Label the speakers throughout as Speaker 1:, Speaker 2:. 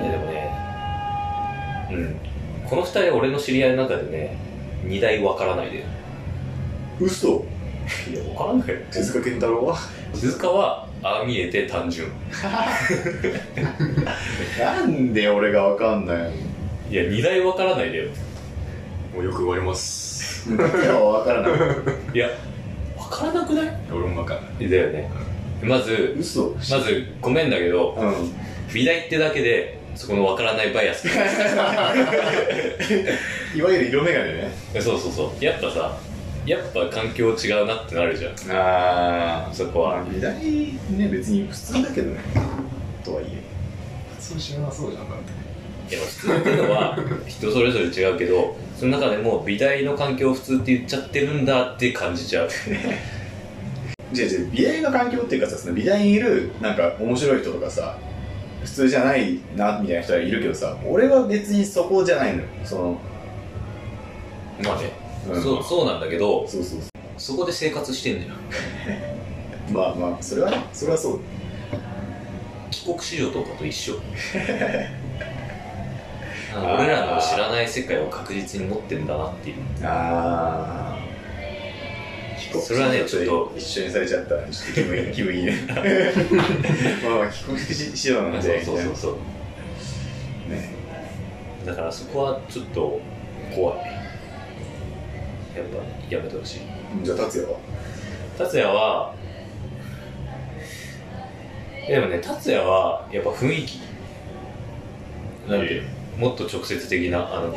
Speaker 1: いやでもね、うん。この二人は俺の知り合いの中でね、二大わからないで。いや、
Speaker 2: 嘘
Speaker 1: わからないよ。
Speaker 2: 手塚健太郎は
Speaker 1: 鈴鹿は、ああ見えて単純。
Speaker 2: なんで俺がわかんない
Speaker 1: いや、二大わからないでよ。
Speaker 3: もうよく言われます
Speaker 2: のだからわからない
Speaker 1: いや、わからなくない
Speaker 3: 俺もわかんない
Speaker 1: だよね。まず、
Speaker 2: 嘘うん
Speaker 1: まず、ごめんだけど、美大ってだけで、そこのわからないバイ アス。
Speaker 2: いわゆる色眼鏡ね
Speaker 1: そうそうそう。やっぱさ、やっぱ環境違うなってなるじゃん。
Speaker 2: あ
Speaker 1: そこは。
Speaker 2: 美大ね別に普通だけどねとはいえ
Speaker 3: そう知らなそうじゃなかった
Speaker 1: いや普通っていうのは人それぞれ違うけどその中でも美大の環境を普通って言っちゃってるんだって感じちゃう
Speaker 2: じゃあじゃあ美大の環境っていうかさその美大にいるなんか面白い人とかさ普通じゃないなみたいな人はいるけどさ俺は別にそこじゃないのよその、
Speaker 1: まあね、
Speaker 2: うん
Speaker 1: そうそうなんだけど
Speaker 2: そうそうそ
Speaker 1: そこで生活してんのよ
Speaker 2: うまあまあそれはねそれはそう
Speaker 1: 帰国子女とかと一 緒あの
Speaker 2: あー
Speaker 1: 俺らの知らない世界を確実に持ってんだなっていう
Speaker 2: ああ
Speaker 1: それはねちょっと
Speaker 2: 一緒にされちゃったちょっと気分いい気分いいねまあまあ帰国しようなん
Speaker 1: そう
Speaker 2: で
Speaker 1: そうそうそう
Speaker 2: ね
Speaker 1: だからそこはちょっと怖いやっぱやめてほしい
Speaker 2: じゃあ達也は
Speaker 1: 達也はでもね達也はやっぱ雰囲気なんていうのもっと直接的なあの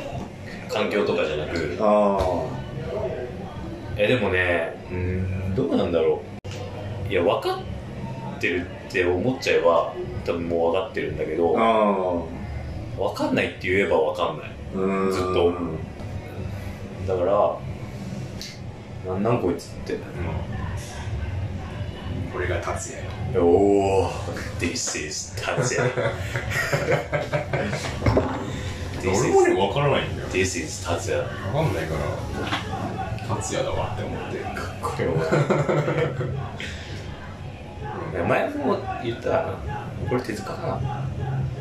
Speaker 1: 環境とかじゃなく
Speaker 2: あ
Speaker 1: えでもねうーんどうなんだろういや分かってるって思っちゃえば多分もう分かってるんだけど
Speaker 2: ああ
Speaker 1: 分かんないって言えば分かんない
Speaker 2: あうん
Speaker 1: ずっとだからなんなんこいつって
Speaker 3: これが達也よ
Speaker 1: おお This is 達也 This
Speaker 3: 俺
Speaker 1: is-
Speaker 3: もね分からないんだよ
Speaker 1: This is 達也
Speaker 3: 分かんないから達也だわって思って
Speaker 1: これお前前も言ったなこれ手塚か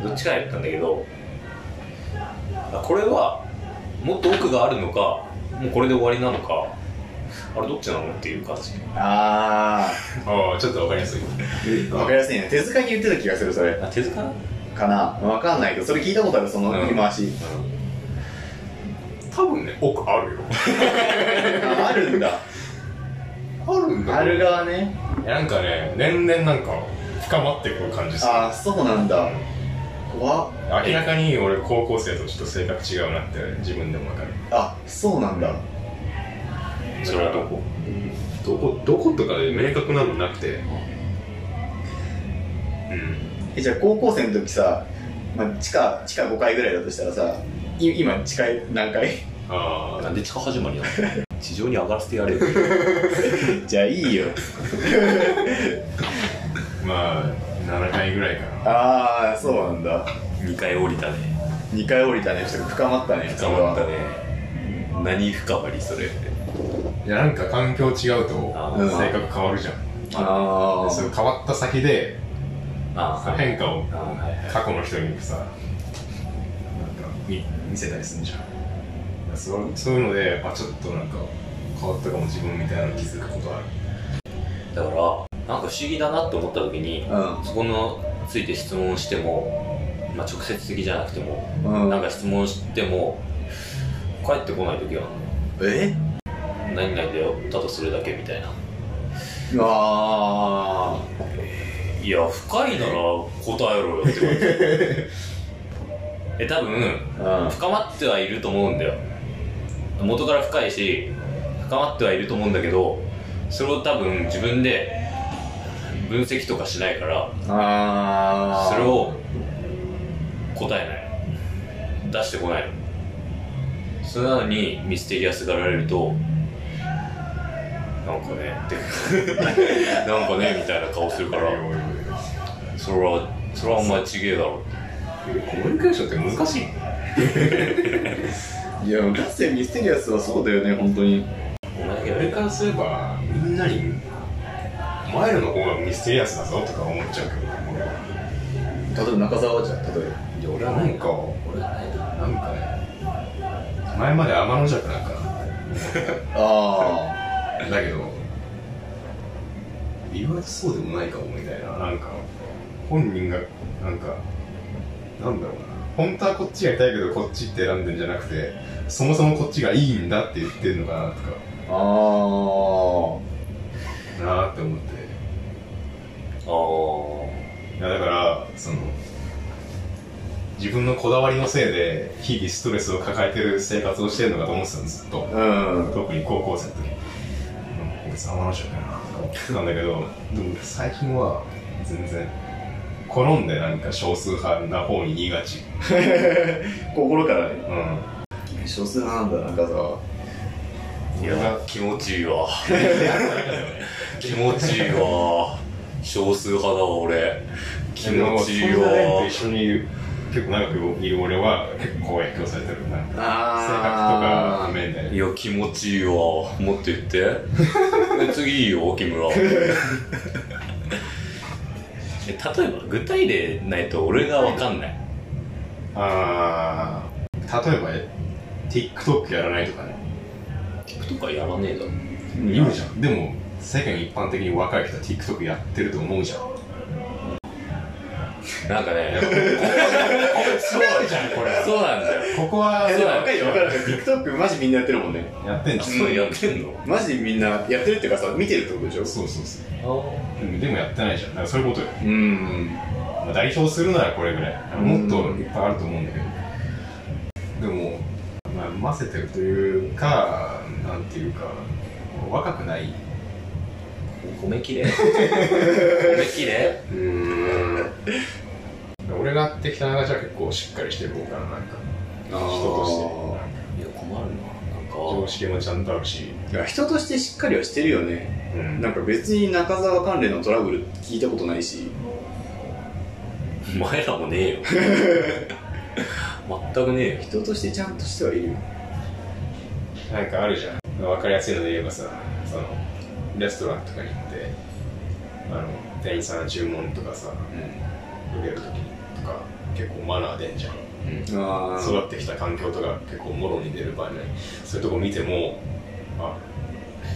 Speaker 1: などっちかやったんだけどあこれはもっと奥があるのかもうこれで終わりなのかあれどっちなのっていう感じ
Speaker 2: あ
Speaker 3: ああちょっと分かりやすい
Speaker 2: あわかりやすいね手塚に言ってた気がするそれ
Speaker 1: あ手塚
Speaker 2: かなわかんないけどそれ聞いたことあるその
Speaker 3: うん
Speaker 2: 振り回し
Speaker 3: 多分ね奥あるよ
Speaker 2: ああるんだ
Speaker 3: あるんだよ
Speaker 2: ある側ね
Speaker 3: いやなんかね年々なんか深まってくる感じする
Speaker 2: ああそうなんだ怖っ
Speaker 3: 明らかに俺高校生とちょっと性格違うなって自分でも分かる
Speaker 2: あそうなんだ
Speaker 1: それはどこ
Speaker 3: どこどことかで明確なのなくてうん
Speaker 2: えじゃあ高校生の時さ、まあ、地下地下5階ぐらいだとしたらさい今地下何階
Speaker 3: あ
Speaker 1: なんで地下始まりなの地上に上がらせてやれよ
Speaker 2: じゃあいいよ
Speaker 3: あまあ7回ぐらいかな
Speaker 2: ああそうなんだ
Speaker 1: 2階降りたね
Speaker 2: 2階降りたねちょっと深まったね
Speaker 1: 深まったね何深まりそれ
Speaker 3: いやなんか環境違うと
Speaker 1: あ
Speaker 2: ー
Speaker 3: 性格変わるじゃん
Speaker 2: あ
Speaker 3: でそ
Speaker 2: ー
Speaker 3: れ変わった先で
Speaker 1: あ
Speaker 3: その変化を
Speaker 1: あはいはい
Speaker 3: 過去の人にさなんか見見せたりするじゃんだからそうそういうのであちょっとなんか変わったかも自分みたいなの気づくことある
Speaker 1: だからなんか不思議だなって思った時にそこのついて質問しても、まあ、直接的じゃなくても
Speaker 2: うんうん
Speaker 1: なんか質問しても帰ってこない時があ
Speaker 2: え
Speaker 1: るの何々だよただそれだけみたいな
Speaker 2: ああ
Speaker 1: いや深いなら答えろよって感じ え多分
Speaker 2: うん
Speaker 1: 深まってはいると思うんだよ元から深いし深まってはいると思うんだけどそれを多分自分で分析とかしないから
Speaker 2: ああ
Speaker 1: それを答えない出してこないのそれなのにミステリアスがられるとなんかねって なんかねみたいな顔するから
Speaker 3: おいおいおい
Speaker 1: それはそれはお前ちげえだろって
Speaker 3: コミュニケーションって難しい
Speaker 2: いやかつてミステリアスはそうだよね本当に
Speaker 1: お前だけだ
Speaker 3: 俺
Speaker 1: よ
Speaker 3: からすればみんなに「マイルの方がミステリアスだぞ」とか思っちゃうけど俺は
Speaker 2: 例えば中澤はじゃあ例え
Speaker 3: いや俺はなんか俺はなんかね前まで天の弱なんか
Speaker 2: ばあ
Speaker 3: なだけど意外とそうでもないかもみたいななんか本人がなんかなんだろうな本当はこっちがやりたいけどこっちって選んでんじゃなくてそもそもこっちがいいんだって言ってんのかなとか
Speaker 2: ああ
Speaker 3: なーって思って
Speaker 1: あ
Speaker 3: いやだからその自分のこだわりのせいで日々ストレスを抱えてる生活をしてるのかと思ってたのずっと
Speaker 2: うん
Speaker 3: 特に高校生の時うん別に天の弱やなと思ってたんだけどでも最近は全然好んでなんか少数派な方に言いがち
Speaker 2: 心からね
Speaker 3: うん
Speaker 2: 少数派なんだ中澤
Speaker 3: 俺が
Speaker 1: 気持ちいいわ気持ちいいわ少数派だわ俺気持ちいい
Speaker 3: そんな連
Speaker 1: わ
Speaker 3: と一緒にいる結構長くいる俺は結構影響されてるなんか性格と
Speaker 2: あ
Speaker 3: か面で
Speaker 1: いや気持ちいいわもっと言ってえ次いいよ木村 え例えば具体例ないと俺が分かんない
Speaker 3: あー例えばね TikTok やらないとかね
Speaker 1: とかやらねえだろ
Speaker 3: 言うじゃんでも世間一般的に若い人は TikTok やってると思うじゃん
Speaker 1: なんかね
Speaker 3: そうじゃんこれ
Speaker 1: そうなんだよ
Speaker 3: ここは
Speaker 2: えでも若いよ若いよ TikTok マジみんなやってるもんね
Speaker 3: やってんじゃん
Speaker 1: そうやってんの
Speaker 2: マジみんなやってるっていうかさ見てるってことでしょ
Speaker 3: そうそうそうでもでもやってないじゃんだからそういうことよ、
Speaker 2: うん
Speaker 3: まあ、代表するならこれぐらいもっといっぱいあると思うんだけどでも、まあ、混ぜてるというかなんていうか若くない
Speaker 1: 褒めき れ褒めきれ
Speaker 3: うん俺がやってきた中じゃ結構しっかりしてる方からなんか人としてなんか
Speaker 1: いや困るななんか
Speaker 3: 常識もちゃんとあるし、
Speaker 2: いや人としてしっかりはしてるよね
Speaker 3: うん
Speaker 2: なんか別に中澤関連のトラブル聞いたことないし
Speaker 1: お前らもねえよ全くねえよ
Speaker 2: 人としてちゃんとしてはいるよ
Speaker 3: なんかあるじゃん分かりやすいので言えばさそのレストランとかに行ってあの店員さんの注文とかさ受けるときとか結構マナー出んじゃん
Speaker 2: あ
Speaker 3: 育ってきた環境とか結構もろに出る場合ねそういうとこ見てもあ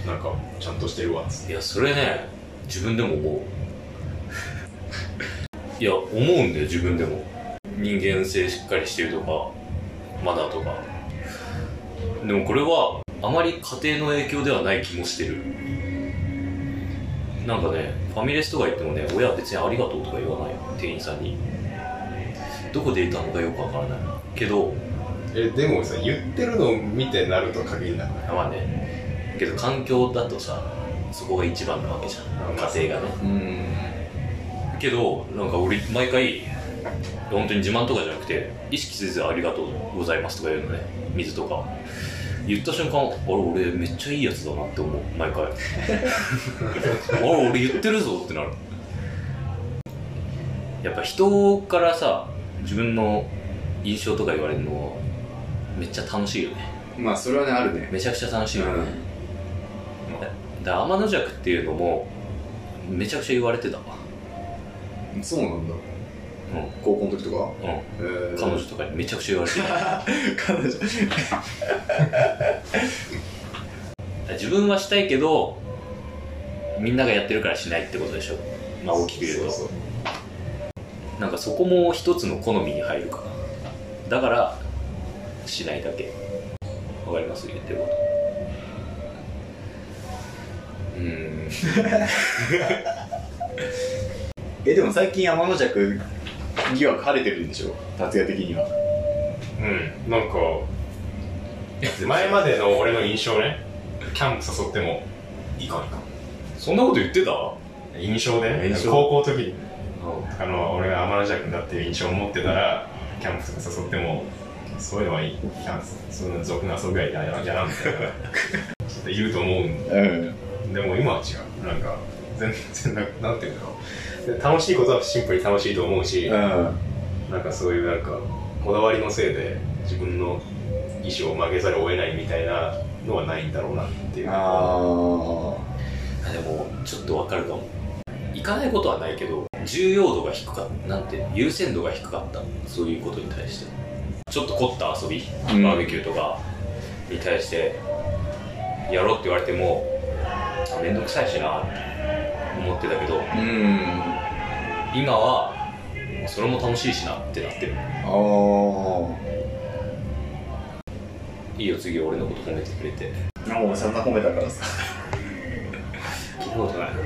Speaker 3: なんかちゃんとしてるわっつっ
Speaker 1: いやそれね自分でも思ういや思うんだよ自分でも人間性しっかりしてるとかマナーとかでもこれはあまり家庭の影響ではない気もしてるなんかねファミレスとか行ってもね親は別にありがとうとか言わない店員さんにどこでいたのかよくわからないけど
Speaker 3: てえでもさ言ってるのを見てなるとは限りなくない
Speaker 1: まあねけど環境だとさそこが一番なわけじゃん
Speaker 3: まあ
Speaker 1: 家庭がね
Speaker 2: うん
Speaker 1: けどなんか俺毎回本当に自慢とかじゃなくて意識せず「ありがとうございます」とか言うのね水とか言った瞬間あれ俺めっちゃいいやつだなって思う毎 回あれ俺言ってるぞってなるやっぱ人からさ自分の印象とか言われるのめっちゃ楽しいよね
Speaker 2: まあそれはねあるね
Speaker 1: めちゃくちゃ楽しいよね、
Speaker 2: うん
Speaker 1: だから天の弱っていうのもめちゃくちゃ言われてたわ
Speaker 2: そうなんだ
Speaker 1: うん、
Speaker 2: 高校の時とか
Speaker 1: うん、
Speaker 2: えー
Speaker 1: 彼女とかにめちゃくちゃ言われてた
Speaker 2: 彼女
Speaker 1: 自分はしたいけどみんながやってるからしないってことでしょまあ大きく言うと
Speaker 2: そうそう
Speaker 1: なんかそこも一つの好みに入るからだからしないだけわかります言ってることうーん
Speaker 2: えでも最近天の弱疑惑晴れてるんでしょ達也的には
Speaker 3: うんなんか前までの俺の印象ねキャンプ誘ってもいいかんいかん
Speaker 1: そんなこと言ってた
Speaker 3: 印象で、ね
Speaker 1: 印、象
Speaker 3: 高校の時にあの俺が天の弱だっていう印象を持ってたらキャンプとか誘ってもそういうのはいいキャンプそういうの俗な遊びはいやじゃなみたいなちょっと言うと思う
Speaker 2: う
Speaker 3: ん
Speaker 2: ん
Speaker 3: でも今は違うなんか全然ななんていうんだろうで楽しいことはシンプルに楽しいと思うし、
Speaker 2: うん
Speaker 3: なんかそういうなんかこだわりのせいで自分の意思を曲げざるを得ないみたいなのはないんだろうなっていう
Speaker 2: あ
Speaker 1: あでもちょっとわかるかも行かないことはないけど重要度が低かったなんて優先度が低かったそういうことに対してちょっと凝った遊び
Speaker 2: うん
Speaker 1: バーベキューとかに対してやろうって言われてもあ面倒くさいしなって思ってたけど
Speaker 2: うん
Speaker 1: 今はそれも楽しいしなってなってる
Speaker 2: ああ
Speaker 1: いいよ次俺のこと褒めてくれて
Speaker 2: もう散々褒めたからさ
Speaker 1: 聞いたことないど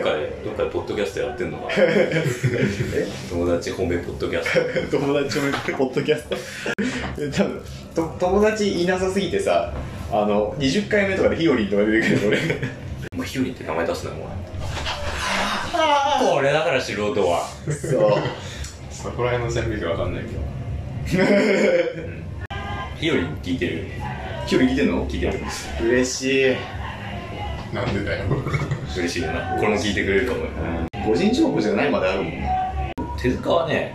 Speaker 1: っかでどっかでポッドキャストやってんの かな友達褒めポッドキャスト
Speaker 2: 友達もポッドキャスト多分と友達いなさすぎてさあの20回目とかでヒオリンとか出てくるの俺
Speaker 1: お前ヒューリンって名前出すなもうこれだから素人は
Speaker 2: そう
Speaker 3: そこら辺の線引きわかんないけど
Speaker 1: ヒューリン聞いてる
Speaker 2: ヒオリン聞いてんの
Speaker 1: 聞いてる
Speaker 2: 嬉しい
Speaker 3: なんでだよ
Speaker 1: 嬉しいよなこれも聞いてくれると思う、
Speaker 2: 個人情報じゃないまであるもんな
Speaker 1: 手塚はね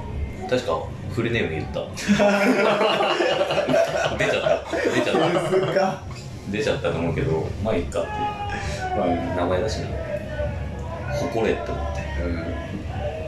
Speaker 1: 確かフルネーム言った 出ちゃった出ちゃった
Speaker 2: か
Speaker 1: 出ちゃったと思うけどまあいいかって
Speaker 2: まあ
Speaker 1: 名前だしな誇れって思って
Speaker 2: うん